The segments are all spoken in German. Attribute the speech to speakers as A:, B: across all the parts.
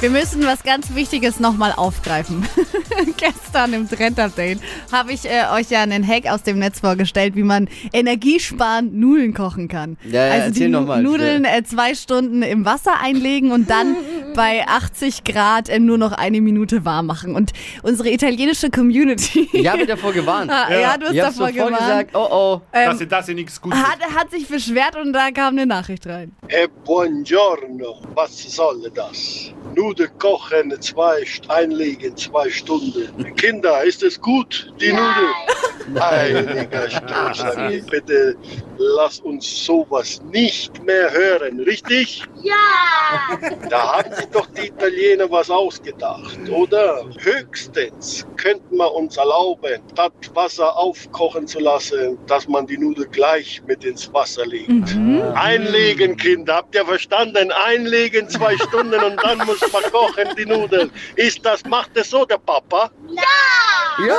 A: Wir müssen was ganz Wichtiges nochmal aufgreifen. Gestern im Trend-Update habe ich äh, euch ja einen Hack aus dem Netz vorgestellt, wie man energiesparend Nudeln kochen kann.
B: Ja, ja,
A: also die
B: erzähl noch mal,
A: Nudeln äh, zwei Stunden im Wasser einlegen und dann bei 80 Grad äh, nur noch eine Minute warm machen. Und unsere italienische Community
B: Ich habe davor gewarnt.
A: Ah, ja, du hast
B: ich hab's
A: davor
B: sofort
A: gewarnt.
B: gesagt, oh oh.
A: ähm,
C: dass sie das hier nichts Gutes
A: hat, hat sich beschwert und da kam eine Nachricht rein.
D: E buongiorno, was soll das? Nudeln kochen, zwei St- einlegen, zwei Stunden. Kinder, ist es gut, die Nudeln? Heiliger Strohsack, bitte lass uns sowas nicht mehr hören, richtig? Ja! Da haben sich doch die Italiener was ausgedacht, oder? Höchstens könnten wir uns erlauben, das Wasser aufkochen zu lassen, dass man die Nudel gleich mit ins Wasser legt. Einlegen, Kinder, habt ihr verstanden? Einlegen zwei Stunden und dann muss man kochen die Nudeln. Ist das, macht es so der Papa? Der
B: Ja,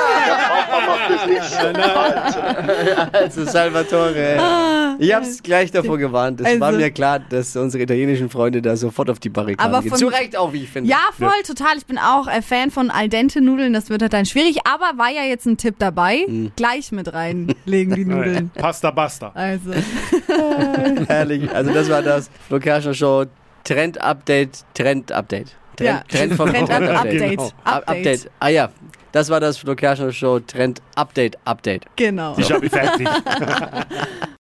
D: Papa macht es nicht so. Also,
A: Ah.
B: also Salvatore. Ich habe es gleich davor gewarnt. Es war
A: Also-
B: mir klar, dass unsere italienischen Freunde da sofort auf die Barrikaden
A: Aber
B: gehen.
A: von-
B: Zu Recht auch, wie ich finde.
A: Ja, voll, total. Ich bin auch äh, Fan von Al dente Nudeln. Das wird halt dann schwierig. Aber war ja jetzt ein Tipp dabei. Gleich mit reinlegen die Nudeln.
C: Pasta Basta.
A: Also,
B: Herrlich. Also das war das Flo Kerschner Show Trend Update, Trend Update. Trend,
A: Ja.
B: Trend vom
A: Trend
B: Trend
A: Update.
B: Genau. Ab-
A: Update.
B: Update. Ah ja, das war das Flo Kerschner Show Trend Update Update.
A: genau.
C: Ich habe fertig.